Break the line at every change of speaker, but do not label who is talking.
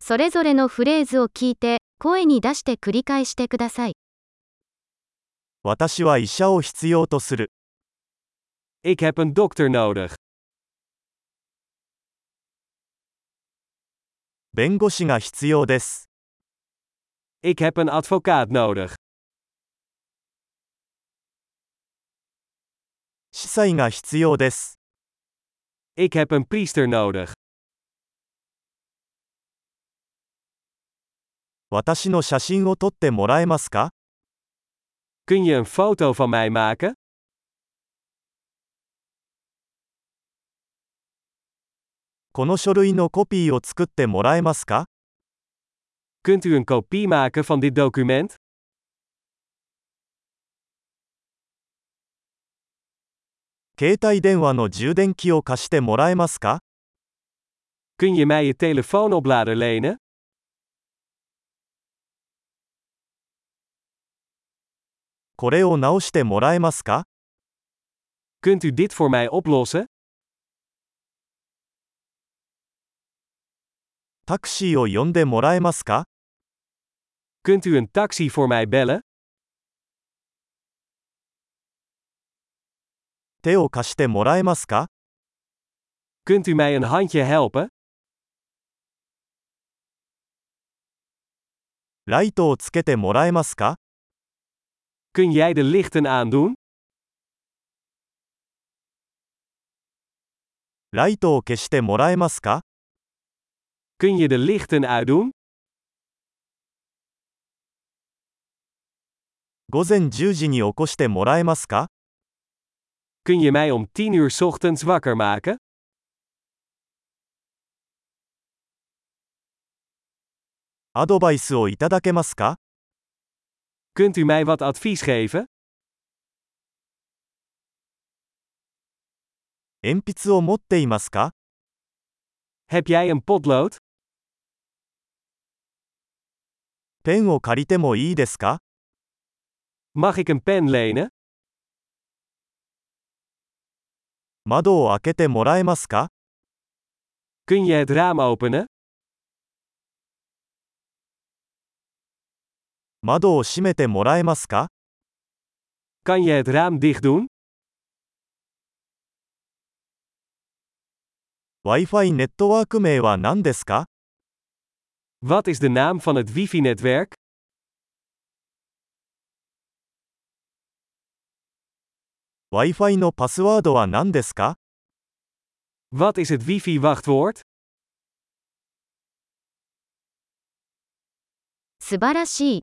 それぞれのフレーズを聞いて、声に出して繰り返してください。
私は医者を必要とする。
Ik heb een dokter nodig.
弁護士が必要です。
Ik heb een advocaat nodig.
司祭が必要です。
Ik heb een priester nodig.
私の写真を撮ってもらえますか
Kun je een foto van mij maken?
この書類のコピーを作ってもらえますか
Kunt u een kopie maken van dit document?
携帯電話の充電器を貸してもらえますか
Kun je mij je telefoonoplader lenen?
これを直してもらえますか
Kunt u dit voor mij oplossen?
タクシーを呼んでもらえますか
Kunt u een taxi voor mij bellen?
手を貸してもらえますか
Kunt u mij een handje helpen?
ライトをつけてもらえますか
Kun jij de lichten aandoen?
ライトを消してもらえますか
Kun je de lichten uitdoen?
午前10時に起こしてもらえますか
Kun je mij om 10 uur 's ochtends wakker maken?
アドバイスをいただけますか
Kunt u mij wat advies geven?
鉛筆を持っていますか
Heb jij een potlood?
ペンを借りてもいいですか
Mag ik een pen lenen?
窓を開けてもらえますか
Kun je het raam openen?
窓を閉めてもらえますか
Kan je het raam dicht doen?
Wi-Fi ネットワーク名は何ですか
Wat is de naam van het wifi-netwerk?
？Wi-Fi のパスワードは何ですか
Wat is het wifi-wachtwoord?
素晴らしい。